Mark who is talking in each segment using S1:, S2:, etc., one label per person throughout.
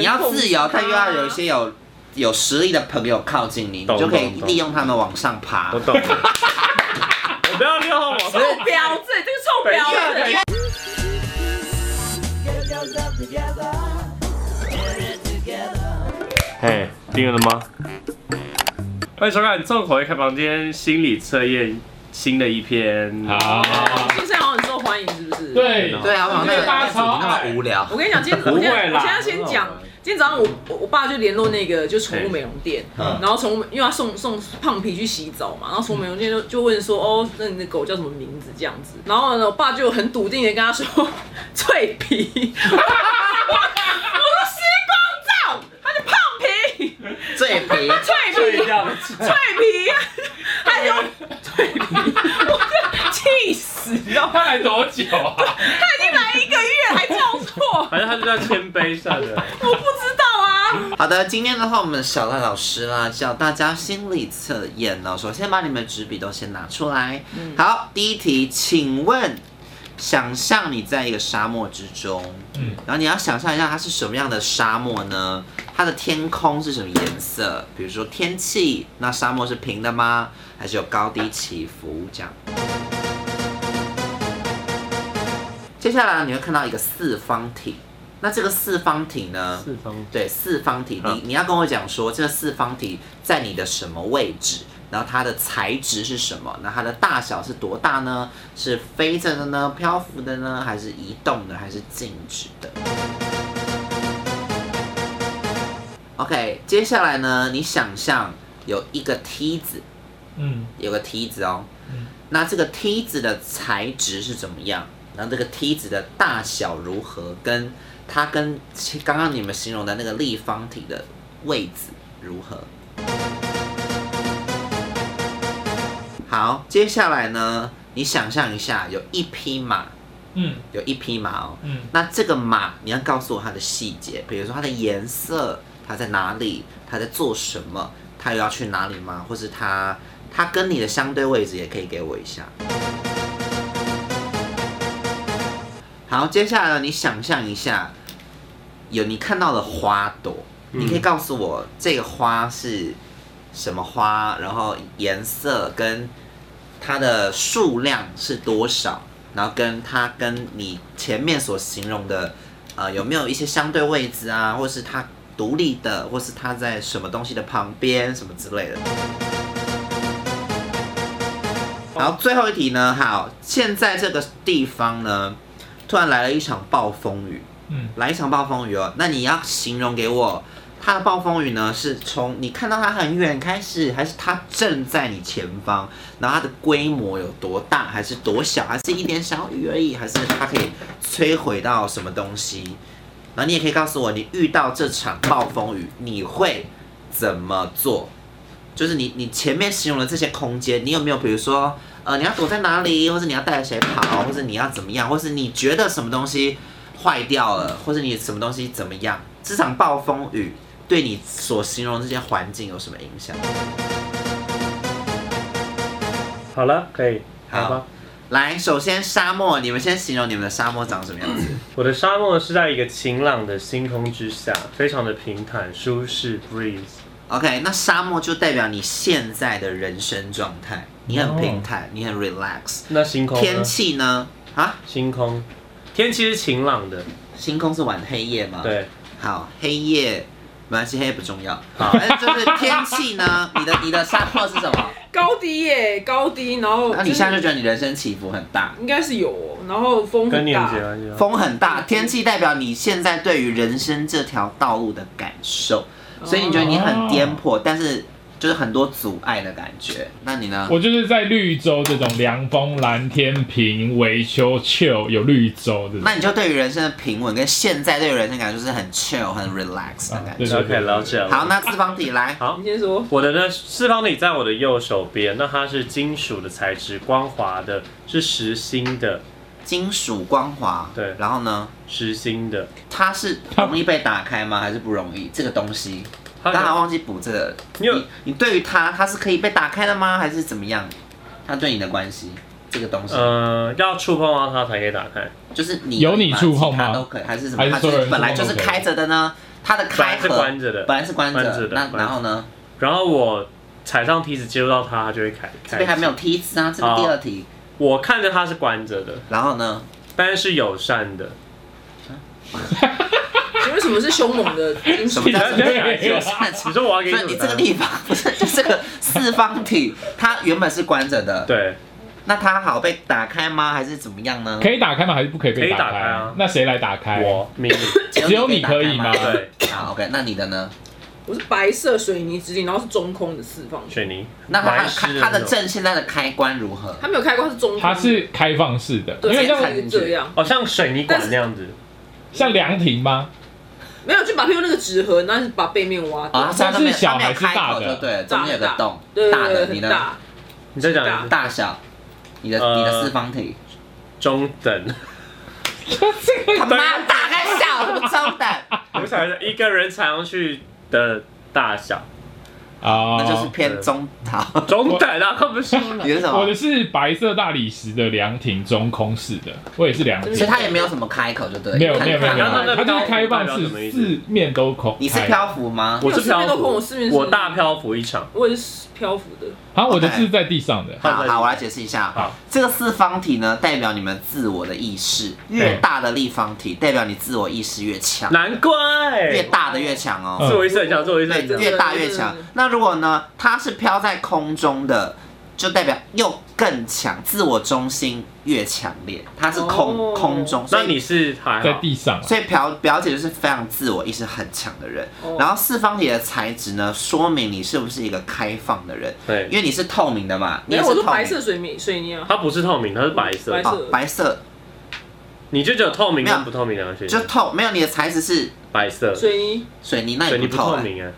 S1: 你要自由，但又要有一些有有实力的朋友靠近你，你
S2: 懂
S1: 就可以
S2: 懂懂
S1: 利用他们往上爬
S2: 我。懂。我不要六号我。
S3: 臭婊子，这个臭婊子！
S2: 嘿，订阅了吗？欢迎收看《重口味开房间》心理测验新的一篇。
S4: 好，
S3: 主持人好像很受欢迎，是不是？。
S4: 对
S1: 对啊，往那个
S4: 对大家
S1: 怎么
S4: 超
S1: 那
S4: 爱
S1: 么无聊？
S3: 我跟你讲，今天
S2: 不
S3: 我
S2: 会
S3: 现在
S2: 啦
S3: 我现在先讲，今天早上我我我爸就联络那个就宠物美容店，
S1: 嗯
S3: 然后宠物因为他送送胖皮去洗澡嘛，然后宠物美容店就就问说，哦，那你的狗叫什么名字这样子？然后呢，我爸就很笃定的跟他说，脆皮。 我说西光照，他就胖皮，
S1: 最皮，
S3: 脆皮。脆皮，他就脆皮，我就气死，你知道吗？
S4: 他来多久啊？
S3: 他已经来一个月还叫错，
S2: 反正他就在谦卑上的。
S3: 我不知道啊。
S1: 好的，今天的话，我们小赖老师啦，教大家心理测验哦。首先把你们的纸笔都先拿出来。
S2: 嗯
S1: 好，第一题，请问，想象你在一个沙漠之中，
S4: 嗯
S1: 然后你要想象一下它是什么样的沙漠呢？它的天空是什么颜色？比如说天气，那沙漠是平的吗？还是有高低起伏这样？接下来你会看到一个四方体，那这个四方体呢？
S2: 四方
S1: 对，四方体，你
S2: 嗯
S1: 你要跟我讲说这四方体在你的什么位置，然后它的材质是什么，那它的大小是多大呢？是飞着的呢，漂浮的呢，还是移动的，还是静止的？OK，接下来呢，你想象有一个梯子，
S4: 嗯，
S1: 有个梯子哦
S4: 嗯，
S1: 那这个梯子的材质是怎么样？然后这个梯子的大小如何？跟它跟其刚刚你们形容的那个立方体的位置如何？好，接下来呢，你想象一下，有一匹马，
S4: 嗯
S1: 有一匹马哦，
S4: 嗯
S1: 那这个马，你要告诉我它的细节，比如说它的颜色，它在哪里，它在做什么，它又要去哪里吗？或是它它跟你的相对位置也可以给我一下。好，接下来呢，你想象一下，有你看到的花朵，
S2: 嗯
S1: 你可以告诉我这个花是什么花，然后颜色跟它的数量是多少，然后跟它跟你前面所形容的，呃，有没有一些相对位置啊，或是它独立的，或是它在什么东西的旁边什么之类的。然后最后一题呢，好，现在这个地方呢，突然来了一场暴风雨，
S4: 嗯，
S1: 来一场暴风雨哦，那你要形容给我。它的暴风雨呢，是从你看到它很远开始，还是它正在你前方？然后它的规模有多大，还是多小？还是一点小雨而已？还是它可以摧毁到什么东西？然后你也可以告诉我，你遇到这场暴风雨，你会怎么做？就是你你前面形容的这些空间，你有没有比如说，呃，你要躲在哪里，或者你要带着谁跑，或者你要怎么样，或是你觉得什么东西坏掉了，或者你什么东西怎么样？这场暴风雨对你所形容的这些环境有什么影响？
S2: 好了，可以。
S1: 好
S2: 来吧。
S1: 来，首先沙漠，你们先形容你们的沙漠长什么样子？
S2: 我的沙漠是在一个晴朗的星空之下，非常的平坦舒适，breeze。
S1: OK，那沙漠就代表你现在的人生状态，你很平坦你很 relax。
S2: 那星空
S1: 天
S2: 呢？
S1: 气呢？啊，
S2: 星空，天气是晴朗的，
S1: 星空是晚黑夜吗？。
S2: 对，
S1: 好，黑夜没关系，黑夜不重要。好，但是就是天气呢？你的你的沙漠是什么？
S3: 高低耶，高低，然后
S1: 那你现在就觉得你人生起伏很大，
S3: 应该是有哦，然后风
S2: 跟
S3: 很
S2: 年节
S3: 大，
S2: 关系吗？
S1: 嗯风很大，天气代表你现在对于人生这条道路的感受，所以你觉得你很颠簸，但是就是很多阻碍的感觉。那你呢？
S4: 我就是在绿洲这种凉风、蓝天、平、维丘、chill 有绿洲的，
S1: 那你就对于人生的平稳跟现在对于人生感觉就是很 chill、很 relax 的
S4: 啊
S1: 感
S4: 对
S1: 觉。
S4: 对
S2: OK，了解了。
S1: 好，那四方体来，
S2: 好
S3: 你，先说，
S2: 我的呢，四方体在我的右手边，那它是金属的材质，光滑的，是实心的，
S1: 金属光滑，
S2: 对
S1: 然后呢？
S2: 实心的。
S1: 它是容易被打开吗？还是不容易？这个东西，
S2: 它
S1: 刚好忘记补这个。
S2: 你有
S1: 你你对于它，它是可以被打开的吗？还是怎么样？它对你的关系，这个东西，
S2: 呃，要触碰到它才可以打开。
S1: 就是你
S4: 有你触碰吗
S1: 它都可以，还是什么？
S4: 还是
S1: 它就
S4: 所有
S1: 是
S4: 人
S1: 本来
S4: 触
S1: 就
S4: 碰
S1: 是
S4: 都可以
S1: 开着的呢？它的开合
S2: 本来是关着的
S1: 本来是关
S2: 关
S1: 着
S2: 着，的
S1: 那
S2: 关着
S1: 然后呢？
S2: 然后我踩上梯子接触到它，它就会开
S1: 这
S2: 开
S1: 边还
S2: 启
S1: 没有梯子啊，这是第二题。
S2: 哦我看着它是关着的，
S1: 然后呢？
S2: 但是是友善的。
S3: 请问什么是凶猛的因
S1: 什
S3: 素
S1: 么？叫
S2: 你在哪里
S1: 友善
S2: 你说我要给
S1: 所以
S2: 你
S1: 你
S2: 什
S1: 这个
S2: 么答案
S1: 地方不是就这个四方体，它原本是关着的，
S2: 对，
S1: 那它好被打开吗？还是怎么样呢？
S4: 可以打开吗？还是不可以被
S2: 可以
S4: 打
S2: 打开啊
S4: 那谁来打
S1: 哎
S4: 开？
S2: 我迷你，
S1: 只
S4: 只有你可以吗
S1: 打开
S2: 对，
S1: 好，OK，那你的呢？
S3: 我是白色水泥质地，然后是中空的四方形，
S2: 水泥。
S1: 那它
S2: 白
S1: 它
S2: 痴
S1: 它的
S2: 那种
S1: 正现在的开关如何？
S3: 它没有开关，它是中空的。
S4: 它是开放式的，
S3: 对
S4: 因为
S1: 这样
S4: 像
S1: 看进去
S3: 这样，
S2: 哦，像水泥管
S3: 但是
S2: 那样子，
S4: 像凉亭吗？
S3: 没有就把譬如那个纸盒，那是把背面挖掉，
S1: 啊，它没有
S4: 是小
S1: 它没有
S4: 还是
S1: 开
S4: 大
S1: 口
S4: 的
S1: 就对了，中
S3: 大
S1: 间有
S3: 很
S1: 个
S3: 大
S1: 洞，
S3: 对
S1: 大
S3: 对
S1: 的，
S3: 对，
S1: 你
S3: 很
S1: 的
S3: 大，
S2: 你再讲一
S3: 大
S2: 次，
S1: 大小，你的
S2: 呃
S1: 你的四方体，
S2: 中等。
S1: 他妈打开小什么中等，
S2: 我想一下，一个人踩上去的大小，
S4: 啊，
S1: 那就是 偏中好。
S2: 中等啊，看不出来。
S1: 你是什
S4: 我
S1: 么
S4: 的？是白色大理石的凉亭中空式的，我也是凉 亭
S1: 所以，它也没有什么开口就对了，
S4: 没有
S1: 看啊
S4: 没有没有没有，
S2: 那那
S4: 它就是开放
S2: 那那那
S4: 式，四面都空。
S1: 你是
S4: 开
S1: 漂浮吗？
S2: 我是漂
S3: 因为我四面都空我
S2: 浮
S3: 四面，是
S2: 我大漂浮一场。
S1: 啊
S3: 我也是漂浮的。
S4: 好，我的
S1: OK
S4: 是在地上的，
S1: 好
S2: 放在
S1: 好，我来解释一下。
S2: 好，
S1: 这个四方体呢，代表你们自我的意识，越大的立方体代表你自我意识越强，
S2: 难怪，
S1: 越大的越强哦。
S4: 嗯
S2: 做一次很强，做一次
S1: 对
S2: 很强。
S1: 越大越强
S3: 对对对。
S1: 那如果呢，它是飘在空中的，就代表又更强，自我中心越强烈，它是空
S3: 哦
S1: 空中。所
S2: 那
S1: 以
S2: 你是还
S4: 在
S2: 好，
S4: 地上啊，
S1: 所以表表姐就是非常自我意识很强的人
S3: 哦，
S1: 然后四方体的材质呢，说明你是不是一个开放的人，
S2: 对
S1: 因，为你是透明的嘛，你
S3: 没
S1: 也
S3: 有，
S1: 是
S3: 我说
S1: 透
S3: 白
S1: 明
S3: 色水泥水泥啊，
S2: 它不是透明，它是白色
S3: 白。
S1: 啊，白色
S2: 你就只有透明
S1: 没有
S2: 跟不透明两个选
S1: 就
S2: 项，
S1: 透，没有你的材质是
S2: 白色，
S3: 水泥
S1: 水泥，那
S2: 所以
S1: 也
S2: 你
S1: 不
S2: 不
S1: 透
S2: 透
S1: 啊。
S2: 明啊。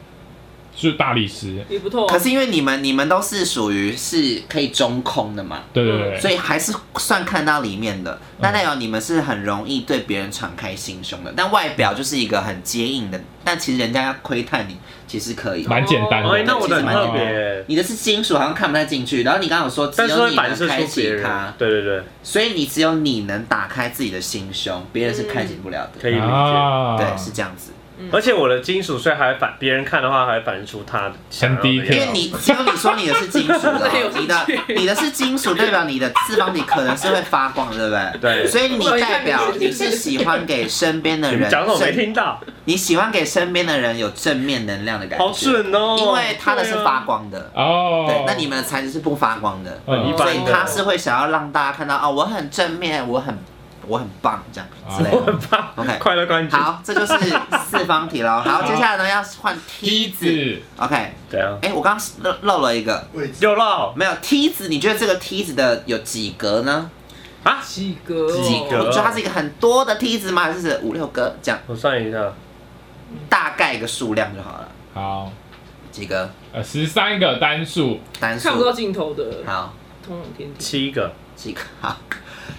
S4: 就是大理石，
S3: 也不透啊
S1: 可。是因为你们你们都是属于是可以中空的嘛，
S4: 对对
S1: 所
S4: 对，
S1: 以还是算看到里面的。那代表你们是很容易对别人敞开心胸的，但外表就是一个很坚硬的，但其实人家要窥探你，其实可以。
S4: 蛮简单
S2: 哎，那
S4: 的。
S2: 我的很特
S4: 其实
S2: 别，
S1: 你的是金属，好像看不太进去。然后你刚刚有说只
S2: 但是
S1: 有
S2: 会
S1: 你
S2: 反射
S1: 能开
S2: 出
S1: 启
S2: 别人
S1: 它，，
S2: 对对对，
S1: 所以你只有你能打开自己的心胸，别人是开启不了
S2: 可
S1: 的。
S2: 以理解。
S4: 啊
S1: 对，是这样子。
S2: 而且我的金属所以还会反，别人看的话还会反映出它的想要的
S4: 低
S2: 样
S4: 调
S2: 子
S1: 因为你只有你说你的是金属 的
S3: 对有
S1: 哦，
S3: 兴
S1: 你的
S3: 趣
S1: 你的是金属，代表你的四方体可能是会发光的，对不对？
S2: 对
S1: 所以你
S3: 我有一
S1: 代
S3: 看
S1: 表
S3: 你
S1: 你是喜欢给身边的
S2: 你
S1: 人
S2: 们讲什么没
S1: 正，
S2: 听到？
S1: 你喜欢给身边的人有正面能量的感觉，
S2: 好准哦！啊
S1: 因为它的是发
S2: 光，
S1: 光的。对
S4: 哦，，
S1: 那你们的材质是不发光的，
S4: 嗯
S2: 很一
S1: 所以
S2: 般的，
S1: 他是会想要让大家看到啊，我很正面，我很我很棒这样之类
S4: 啊
S2: 我
S1: 的。
S2: 很怕
S1: OK
S2: 快乐关键。
S1: 好，这就是四方体 喽。好，接下来呢要换梯
S4: 梯
S1: 子。
S4: 子
S1: OK，哎、
S2: 怎样？
S1: 我刚漏漏了一个，
S5: 位置
S2: 又绕
S1: 没有梯子，你觉得这个梯子的有几格呢？
S2: 啊！
S3: 几格哦？
S2: 几格
S1: 你觉得它是一个很多的梯子吗？还是五六个这样？
S2: 我算一下，
S1: 大概一个数量就好了。
S4: 好，
S1: 几个
S4: 呃，十三个单数，
S1: 单
S3: 看不到
S1: 数？
S3: 尽头的
S1: 好，
S3: 通往天地。
S2: 七个，
S1: 啊几个 好。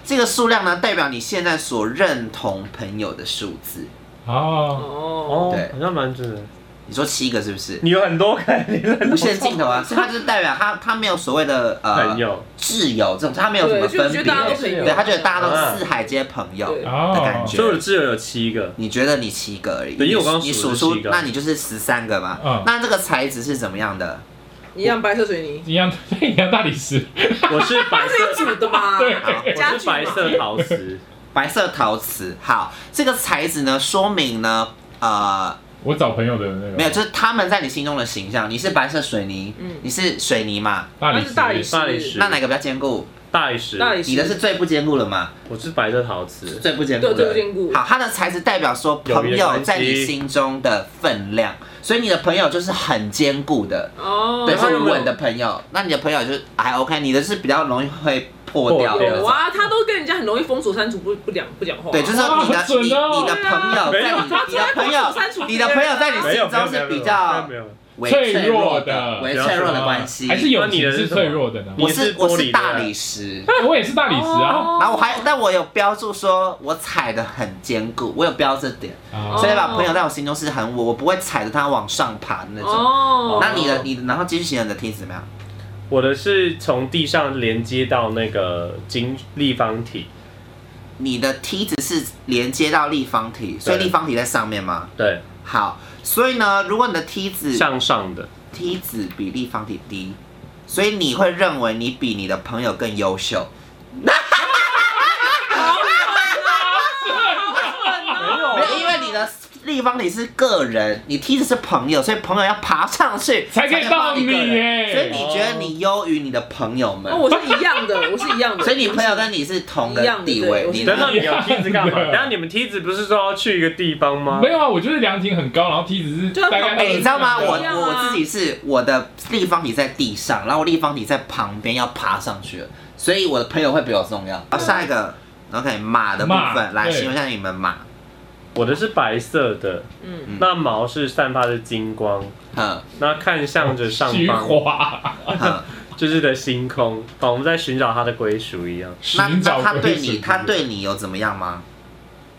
S1: 这个数量呢，代表你现在所认同朋友的数字。
S4: 哦，
S3: 哦，
S2: 哦
S1: 对，
S2: 好像蛮准的。
S1: 你说七个是不是？
S2: 你有很多个，你有很
S1: 无
S2: 多
S1: 限尽头啊，所以它就是代表他他没有所谓的呃
S2: 朋友，
S1: 挚友这种，他没有什么
S3: 对，就
S1: 分别，
S3: 觉得大家都
S1: 对
S3: 朋友，
S1: 他觉得大家
S3: 啊
S1: 都
S2: 嗯
S1: 四海皆朋友
S3: 对
S1: 的感
S4: 哦
S1: 觉。
S2: 所以我的挚友有七 个，
S1: 你觉得你七个而已，
S2: 对因为我刚刚
S1: 你
S2: 数
S1: 数
S2: 的是
S1: 出
S2: 七，个
S1: 那你就是十三个嘛。
S4: 嗯
S1: 那这个材质是怎么样的？
S3: 一样白色水泥，
S4: 一样一样大 理石，
S2: 我是白
S3: 这
S2: 色，
S3: 是煮的吧？
S1: 啊
S4: 对
S2: 我是白色陶瓷，
S1: 白色陶瓷。好，这个材质呢，说明呢，呃，
S4: 我找朋友的那个
S1: 没有，就是他们在你心中的形象。你是白色水泥，
S3: 嗯
S1: 你是水泥嘛？
S4: 大理
S3: 它是大理
S4: 石，
S3: 石，
S2: 大理石
S1: 那哪个比较坚固？
S2: 大理石，
S3: 大理石，
S1: 你的是最不坚固的嘛？
S2: 我是白色陶瓷，
S1: 最不坚固的。
S3: 对最不坚固
S1: 好，它的材质代表说朋
S2: 友谊的关
S1: 友
S2: 系
S1: 在你心中的分量，所以你的朋友就是很坚固的，
S3: 哦，
S1: 对，
S2: 然后
S1: 是
S2: 有没有
S1: 稳的朋友。那你的朋友就是还 OK，你的是比较容易会破掉的那
S3: 有
S1: 种。
S3: 啊，他都跟人家很容易封锁删除，不不讲不讲话。
S1: 对，就是
S4: 哇
S1: 你的
S4: 好准
S1: 你
S4: 哦
S1: 你的朋友在
S2: 没有
S1: 你你的朋友
S3: 他只在帮助删除别人啊
S1: 你的朋友在你心
S2: 没有没有
S1: 中
S2: 没
S1: 是
S2: 有没
S1: 比
S2: 有
S1: 较
S2: 没有，没有
S1: 微
S4: 脆弱
S1: 的
S4: 的
S1: 微脆弱的关系。
S4: 还是友
S2: 那你
S4: 情
S2: 的哦
S4: 是
S2: 是
S4: 脆
S2: 什么
S4: 弱的呢？
S1: 我
S2: 你
S1: 是
S2: 是玻璃
S1: 我是
S2: 对不对
S1: 大理石，
S4: 我也是大理石啊，
S1: 然后我还但我有标注说我踩的很坚固，我有标这点，
S3: 哦
S4: 啊
S1: 所以把朋友在我心中是很我我不会踩着它往上爬的那种。
S3: 哦，
S1: 那你的你的然后继续形容你的梯子怎么样？
S2: 我的是从地上连接到那个金立方体，
S1: 你的梯子是连接到立方体，所以
S2: 对
S1: 立方体在上面吗？
S2: 对，
S1: 好，所以呢，如果你的梯子
S2: 向上的，
S1: 梯子比立方体低，所以你会认为你比你的朋友更优秀。
S3: 哦
S1: 没有，因为你的立方体是个人，你梯子是朋友，所以朋友要爬上去
S4: 才可以
S1: 能
S4: 到
S1: 一个
S4: 你
S1: 人
S4: 耶
S1: 所以你觉得你优于你的朋友们
S3: 那，哦我是一样的，我是一样 的。
S1: 所以你朋友跟你是同
S3: 一
S1: 个
S3: 样的
S1: 地
S3: 对
S1: 位。
S3: 我
S1: 你
S3: 是
S1: 的
S2: 等到你有梯子干嘛？
S4: 对啊
S2: 等到你们梯子不是说要去一个地方吗？
S4: 没有啊，我就是量体很高，然后梯子是
S3: 就很
S4: 大概
S3: 好
S1: 哎、你知道吗？
S4: 20
S1: 我
S3: 一样啊
S1: 我自己是我的立方体在地上，然后我立方体在旁边要爬上去了，所以我的朋友会比我重要。好，下一个，OK，马的部
S4: 马
S1: 分来
S4: 对
S1: 形容一下你们马。
S2: 我的是白色的，
S3: 嗯，
S2: 那毛是散发着金光，
S1: 哼
S2: 那看向着上
S4: 菊
S2: 方
S4: 花
S1: 哼，
S2: 就是的星空，仿佛在寻找它的归属一样。
S1: 那
S4: 寻
S1: 那
S4: 找
S1: 他
S4: 归
S1: 对
S4: 属
S1: 你，
S4: 地
S1: 他对你有怎么样吗？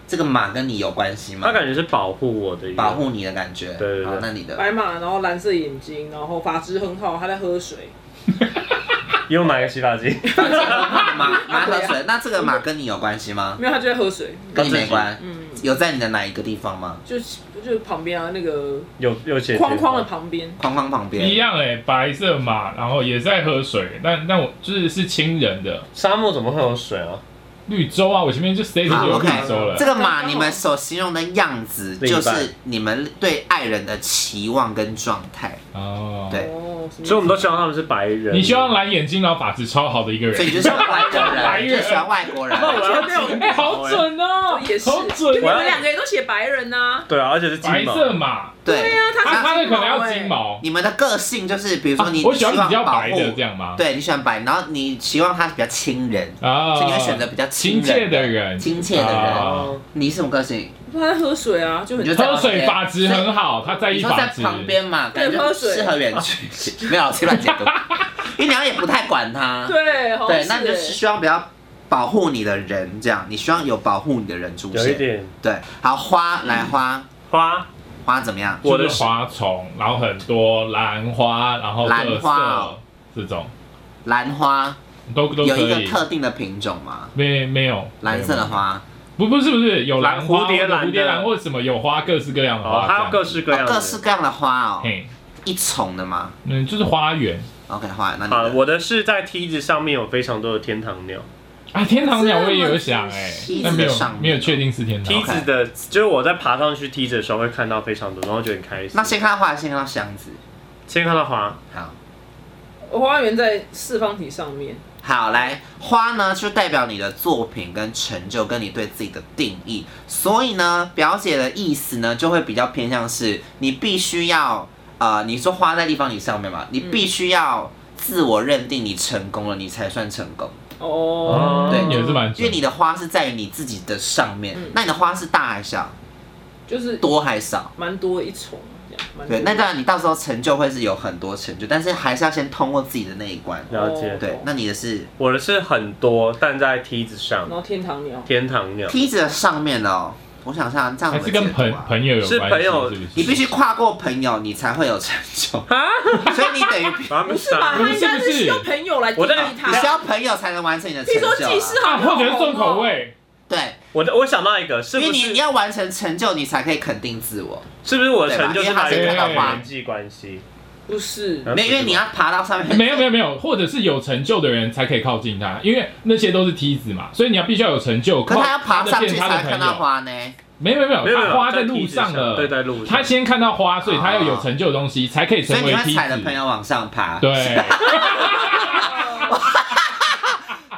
S1: 这个马跟你有关系吗
S2: 它？感觉是保护我的一个
S1: 保。护你的感觉。
S2: 对对对
S1: 好，那你 的
S3: 白马，然后蓝色眼睛，然后发质很好，他在喝水。
S2: 又买个洗发精，
S1: 马马喝水，那这个马跟你有关系吗？
S3: 没有，他就在喝水。
S1: 跟你没关。
S3: 嗯，
S1: 有在你的哪一个地方吗？
S3: 就是就是旁边啊，那个
S2: 有有写
S3: 框框的旁边。
S1: 框框旁边。
S4: 一样哎、白色马，然后也在喝水，但但我就是是亲人的
S2: 沙漠怎么会有水啊？
S4: 绿洲啊，我前面就 stated
S1: 好
S4: 有绿
S1: ，OK，
S4: 洲了
S1: 这。个马你们所形容的样子，就是你们对爱人的期望跟状态，
S4: 哦，
S1: 对
S3: 哦，所
S2: 所以我们都希望他们是白人。
S4: 你希望蓝眼睛，然后发质超好的一个人
S1: 所以，你就喜欢外国
S4: 白
S1: 人，
S4: 人
S1: 就喜欢外国人。
S2: 那我要进
S4: 哎、好。准哦、
S3: 也是，
S4: 好
S3: 因为
S4: 准
S3: 你
S4: 哦、
S3: 们两个人都写白人呐。
S2: 对啊，而且是
S4: 白
S2: 金毛。
S4: 色马，
S3: 对
S1: 对，
S3: 啊，
S4: 他
S3: 他
S4: 他的
S3: 是
S4: 可能要
S3: 欸
S4: 金。毛，
S1: 你们的个性就是，比如说你
S4: 啊我喜
S1: 希
S4: 欢
S1: 望
S4: 比较
S1: 保
S4: 白
S1: 护
S4: 的，这样吗？
S1: 对你喜欢白，然后你希望他比较亲人，
S4: 啊
S1: 所以你会选择比较亲
S4: 亲
S1: 人
S4: 切的人，
S1: 亲切的人。
S4: 啊
S2: 哦
S1: 你什么个性？
S3: 他在喝水啊，就很
S1: 你就在
S4: 喝水法质很好，他在
S1: 你
S4: 意
S1: 说
S4: 法
S1: 在
S4: 质。
S1: 旁边嘛，
S3: 对
S1: 感觉
S3: 喝水
S1: 适合远距，没有我随便乱 解读，因为你好像也不太管他。
S3: 对，好像
S1: 对，
S3: 是
S1: 那你就是
S3: 欸
S1: 希望比较保护你的人，这样你希望有保护你的人出
S2: 有一
S1: 现。
S2: 点
S1: 对，好花来花
S2: 花，
S1: 花怎么样？
S2: 我
S4: 我
S2: 的
S4: 的花丛，然后很多兰花，然后各
S1: 兰花哦
S4: 色这种
S1: 兰花
S4: 都都
S1: 有
S4: 可
S1: 一个
S4: 以。
S1: 特定的品种吗？
S4: 没没有
S1: 蓝色的，花，
S4: 没有不不是不是有兰花
S2: 蝴蝶兰的
S4: 蝴蝶兰或者什么有花各式各样的
S2: 哦
S4: 花，，
S2: 还有
S4: 这
S2: 各式各
S4: 样
S1: 哦
S2: 样的。
S1: 各式各样的花哦，
S4: 嘿，
S1: 一丛的吗
S4: 嗯，就是花园
S1: ？OK，花，那你
S2: 啊，
S1: 的
S2: 我的是在梯子上面有非常多的天堂鸟，
S4: 啊，天堂鸟我也有想哎
S3: 这么，
S4: 但没有
S1: 细致上面哦
S4: 没有确定是天
S2: 梯
S4: 堂。
S2: 子的，就是我在爬上去梯子的时候会看到非常多，然后就很开心。
S1: 那先看到花，还是先看到箱子。
S2: 先看到花，
S1: 好，
S3: 我花园在四方体上面，
S1: 好，来花呢，就代表你的作品跟成就，跟你对自己的定义。所以呢，表姐的意思呢，就会比较偏向是你必须要，呃，你说花在立方体上面嘛，你必须要自我认定你成功了，你才算成功。
S3: 哦，
S4: 嗯
S2: 对
S4: 也是蛮
S1: 因
S4: 准
S1: 为你的花是在于你自己的上面，
S3: 嗯
S1: 那你的花是大还小，
S3: 就是
S1: 多还少？
S3: 蛮多一重这样，蛮多
S1: 对，那当然你到时候成就会是有很多成就，但是还是要先通过自己的那一关。
S2: 了解
S3: 哦
S1: 对，那你的是
S2: 我的是很多，但在梯子上
S3: 然，后天堂鸟，
S2: 天堂鸟
S1: 梯子的上面哦，我想想这样
S4: 还
S1: 怎么解
S4: 是
S1: 读
S4: 跟朋
S1: 啊？
S4: 朋友有
S2: 是
S4: 关
S2: 朋
S4: 系，
S2: 友
S4: 是不是
S1: 你必须跨过朋友，你才会有成就，所以你等于
S2: 把他们
S3: 不是吧？他
S2: 杀
S4: 不
S2: 了。
S4: 是
S3: 应该
S4: 不
S3: 是
S4: 是
S3: 用朋友来定
S2: 我在
S3: 义
S1: 你需
S3: 他。
S1: 要朋友才能完成你的成
S3: 听
S1: 就、
S3: 说
S1: 啊。
S3: 技师
S4: 啊，
S3: 好像
S4: 或
S3: 很
S4: 者是
S3: 红
S4: 重口
S3: 哦，
S4: 味，
S1: 对，
S2: 我的我想到一个，是
S1: 因为
S2: 不
S1: 你
S2: 是
S1: 你要完成成就，你才可以肯定自我。
S2: 是不是我的成就
S1: 对
S2: 是
S1: 吧
S2: 来
S1: 因
S4: 为
S2: 源
S4: 他是看
S2: 于
S4: 到花
S2: 人际关系？
S3: 不是
S2: 啊
S1: 没有，因为你要爬到上面。
S4: 没有没有没有，或者是有成就的人才可以靠近他，因为那些都是梯子嘛，所以你要必须要有成就，
S1: 可
S4: 靠
S1: 他要爬上去
S4: 变他的
S1: 才
S4: 朋
S1: 看到
S4: 友。
S1: 花呢。
S4: 没有没
S2: 没
S4: 有没
S2: 有
S4: 有，
S2: 没有
S4: 他花在
S2: 梯
S4: 路
S2: 子上
S4: 上了，
S2: 对，在路上。
S4: 他先看到花，所以他要有成就的东西，才可以
S1: 所以
S4: 成
S1: 你
S4: 为
S1: 会
S4: 梯
S1: 踩着朋
S4: 子。
S1: 友啊往上爬。，
S4: 对，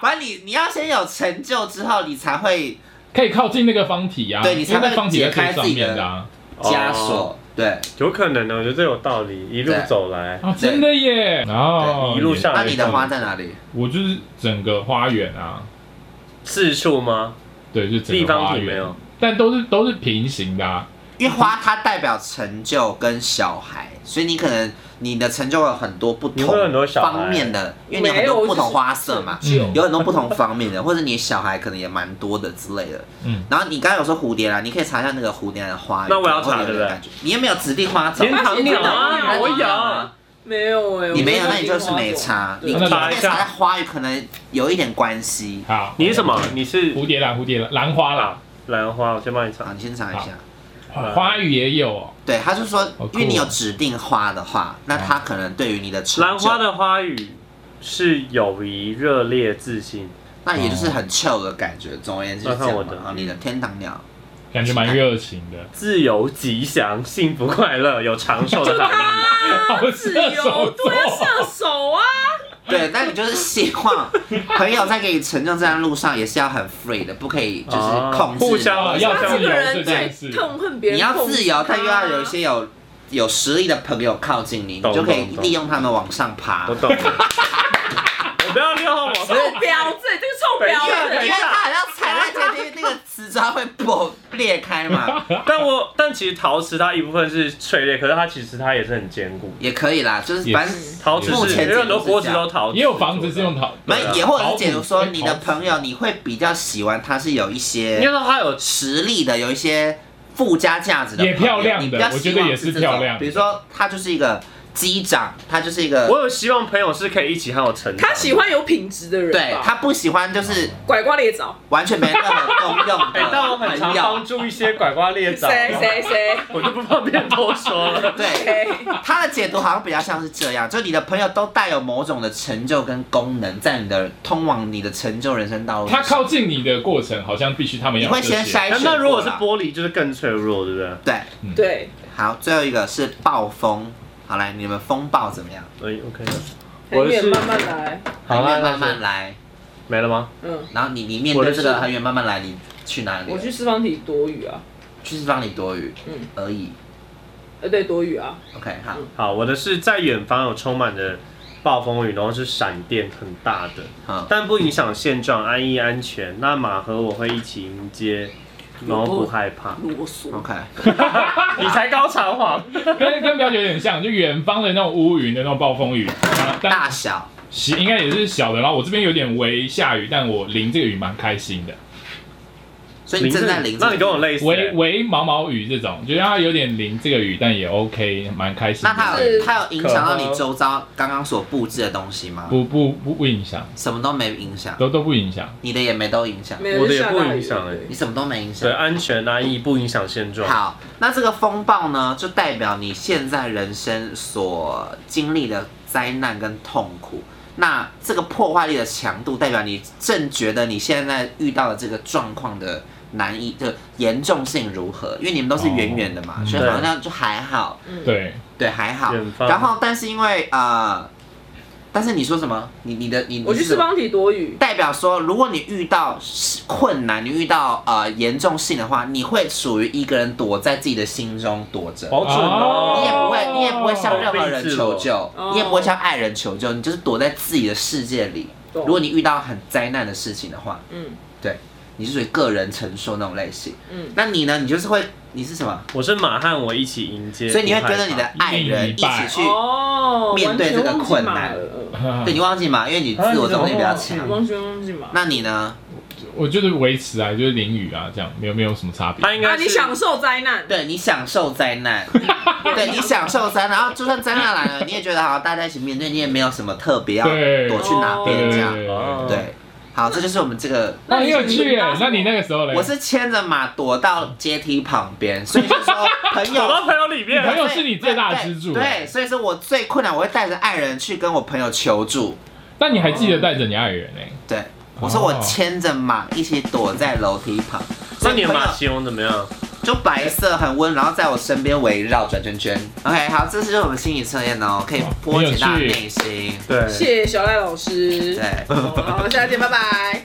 S1: 反正你你要先有成就之后，你才会
S4: 可以靠近那个方体 啊，
S1: 对你才
S4: 因为
S1: 会
S4: 那方体在
S1: 解开
S4: 最上
S1: 自己的
S4: 面的啊。
S1: 枷
S2: 哦
S1: 锁。对，
S2: 有可能啊呢，我觉得这有道理。一路
S1: 对
S2: 走来，
S4: 啊，真的耶！然后哦
S2: 一路上
S1: 那你的花在哪里？
S4: 我就是整个花园啊，
S2: 四处吗？
S4: 对，就整
S2: 立
S4: 个
S2: 方
S4: 花
S2: 体没
S4: 园，
S2: 有。
S4: 但都是都是平行的啊。
S1: 因为花它代表成就跟小孩，所以你可能你的成就会有很多不
S2: 你会有很多
S1: 同
S2: 小孩
S1: 方面的，因为你有
S3: 没
S1: 很
S3: 有
S1: 多不同花色嘛。
S3: 就是
S4: 嗯
S1: 有很多不同方面的，或者你小孩可能也蛮多的之类的。
S4: 嗯
S1: 然后你刚刚有说蝴蝶兰，你可以查一下那个蝴蝶兰的花语。
S2: 那我要查
S1: 会有
S2: 对不对
S1: 感觉你也没有指定花种
S2: 天，堂鸟啊，
S3: 天堂鸟
S2: 我
S1: 啊
S2: 有。
S3: 没有哎，
S1: 你没有，
S3: 我
S1: 那
S3: 没
S1: 你就是没差。你
S3: 对
S1: 你
S4: 那
S1: 可以查
S2: 一
S4: 查
S2: 下
S1: 下花语，可能有一点关系。
S4: 好，
S2: 你是什么？你是
S4: 蝴蝶兰，蝴蝶兰，兰花啦。
S2: 兰花，我先帮你查
S1: 啊好，。你先查一下。
S4: 花花语也有哦，
S1: 对，他就说
S4: 好，酷
S1: 因为你有
S4: 哦
S1: 指定花的话，那他可能对于你的成
S2: 兰
S1: 就
S2: 花，的花语是友谊、热烈、自信。
S1: 那也就是很 chill 的感觉。总而言之就是这
S2: 那
S1: 样
S2: 看我
S1: 嘛。
S2: 的
S1: 啊你的天堂鸟，
S4: 感觉蛮热情的。
S2: 自由、吉祥、幸福、快乐，有长寿的含 义。
S4: 好
S3: 自
S4: 射手
S3: 由
S2: 哦
S4: 座
S3: 哦对啊，射手啊，
S1: 对，那你就是希望朋友在给你成就这段路上也是要很 free 的，不可以就是
S2: 哦
S1: 控制你。
S2: 互相
S4: 哦
S2: 要
S4: 要
S3: 他
S4: 交
S3: 这
S4: 流
S3: 个
S4: 这
S3: 人最
S4: 件事，
S3: 痛恨别人，
S1: 你要自由，但又要有一。些有有实力的朋友靠近你，你
S2: 懂
S1: 就可以
S2: 懂懂
S1: 利用他们往上爬
S2: 我。懂了。我不要 六号网
S3: 臭婊子，这个臭婊
S1: 因为
S3: 子
S1: 因为他好像踩在前 面，那个瓷砖会破裂开嘛，
S2: 但我但其实陶瓷它一部分是脆裂，可是它其实它也是很坚固。
S1: 也可以啦，就是反正
S4: 也是
S2: 陶瓷
S1: 目
S2: 是
S1: 前
S2: 因为很多
S1: 这个
S2: 锅
S1: 是
S2: 子
S1: 这样
S2: 都陶瓷，
S4: 也有房子是用。陶，
S1: 没
S2: 对啊
S1: 也或者是解读
S4: 陶
S1: 说
S4: 土
S1: 你的朋友你会比较喜欢他是有一
S2: 应该
S1: 些
S2: 说它有
S1: 实力的，有一些附加价值的朋友，
S4: 也漂亮的
S1: 你比较
S4: 我觉
S1: 希
S4: 得
S1: 望
S4: 也
S1: 是
S4: 是
S1: 这
S4: 漂
S1: 种
S4: 亮的
S1: 比如说他就是一个机长，他就是一个
S2: 我有希望朋友是可以一起和我成长的。
S3: 他喜欢有品质的人吧，
S1: 对他不喜欢就是
S3: 拐瓜裂枣，
S1: 完全没任何功用的
S2: 哎、但我很常
S1: 朋友
S2: 帮。助一些拐瓜裂枣，
S3: 谁谁谁
S2: 我就不方便多说了。
S1: 对，
S3: 谁，
S1: 他的解读好像比较像是这样，就你的朋友都带有某种的成就跟功能，在你的通往你的成就人生道路上。
S4: 他靠近你的过程，好像必须他们
S1: 你
S4: 要
S1: 会
S4: 这
S1: 先
S4: 些
S1: 筛选过啦。
S2: 那如啊果是玻璃，就是更脆弱，对不对？
S1: 对，
S3: 对，
S1: 好，最后一个是暴风。好来，你们风暴怎么样？
S2: 所以 OK
S3: 很
S2: 我是
S3: 远慢慢来，
S2: 好
S1: 很
S2: 啦
S1: 远慢
S2: 那
S1: 慢来。
S2: 没了吗？
S3: 嗯，
S1: 然后你你面
S2: 我的
S1: 对这
S2: 是
S1: 个很远慢慢来，你去哪里？
S3: 我去四方体躲雨啊，
S1: 去是帮你多余，
S3: 嗯
S1: 而已。
S3: 呃，对，躲雨啊，
S1: OK，好，
S2: 好，我的是在远方有充满着暴风雨，然后是闪电很大的，
S1: 好，
S2: 但不影响现状，安逸安全。那马和我会一起迎接，然后不害怕。
S3: 啰嗦，
S1: OK，
S2: 你才高潮谎，
S4: 跟跟表姐有点像，就远方的那种乌云的那种暴风雨，啊但
S1: 大小
S4: 其应该也是小的。然后我这边有点微下雨，但我淋这个雨蛮开心的，
S1: 所以你正在淋着
S2: 那你跟我类似、
S4: 微
S2: 欸。
S4: 微毛毛雨这种，就让它有点淋这个雨，但也 OK，蛮开心
S1: 那
S4: 的。
S1: 它
S3: 是
S1: 有它有影响到你周遭刚刚所布置的东西吗？
S4: 不不不不影响，
S1: 什么都没影响，
S4: 都都不影响。
S1: 你的也没都影响，
S3: 没有
S2: 我的也
S3: 就下大
S2: 不
S3: 雨
S2: 影响欸
S1: 你什么都没影响
S2: 对，。安全安逸不影响现状。
S1: 好，那这个风暴呢，就代表你现在人生所经历的灾难跟痛苦。那这个破坏力的强度，代表你正觉得你现在遇到的这个状况的难易，就严重性如何？因为你们都是远远的嘛，
S4: 哦
S1: 所以好像就还好，
S4: 对，
S1: 对，还好
S2: 嗯远。方
S1: 然后，但是因为呃，但是你说什么？你你的你，你
S3: 我去
S1: 是什
S3: 四
S1: 么
S3: 方体躲雨，
S1: 代表说，如果你遇到困难，你遇到呃严重性的话，你会属于一个人躲在自己的心中躲着。
S2: 好准
S4: 哦
S1: 你也不
S2: 哦！
S1: 会，你也不会向任何人求救
S3: 哦，
S1: 你也不会向爱人求救，你就是躲在自己的世界里。
S3: 懂
S1: 如果你遇到很灾难的事情的话，
S3: 嗯
S1: 对，你是属于个人承受那种类型。
S3: 嗯，
S1: 那你呢？你就是会，你是什么？
S2: 我是马和我一起迎接，
S1: 所以你会
S2: 不害
S1: 跟
S2: 怕
S1: 着你的爱人一
S4: 一拜
S1: 起去。
S3: 哦，
S1: 面对这个困难
S3: 完全忘记
S1: 对你忘记嘛？因为你自我中心比较强
S3: 马了，。完全忘记嘛。
S1: 那你呢？
S4: 我就是维持啊，就是淋雨啊，这样没有没有什么差别。
S2: 他应该
S3: 啊，
S2: 是
S3: 你享受灾难，
S1: 对你享受灾 难，对你享受灾难，然后就算灾难来了，你也觉得好，大家一起面对，你也没有什么特别要
S4: 对
S1: 躲去哪边这样。
S2: 哦
S1: 对，好，这就是我们这个。
S4: 那很有趣耶。那你那个时候嘞？
S1: 我是牵着马躲到阶梯旁边，所以就说朋
S2: 走
S1: 友
S2: 到。朋友里面
S4: 你朋友
S1: 对
S4: 是你最大的支柱
S1: 对，对所以说我最困难，我会带着爱人去跟我朋友求助。
S4: 但你还记得带着你爱人哎、
S1: 对，我说我
S4: 哦
S1: 牵着马一起躲在楼梯旁，所
S2: 那
S1: 以
S2: 你的
S1: 朋友
S2: 马形容怎么样？
S1: 就白色很温，然后在我身边围绕转圈圈。OK，好，这就是我们心理测验哦，可以
S4: 哦
S1: 波
S4: 很有
S1: 及大家
S4: 趣
S1: 内心。
S2: 对
S3: 谢谢小赖老师。
S1: 对。
S3: 好，我们下次见，拜拜。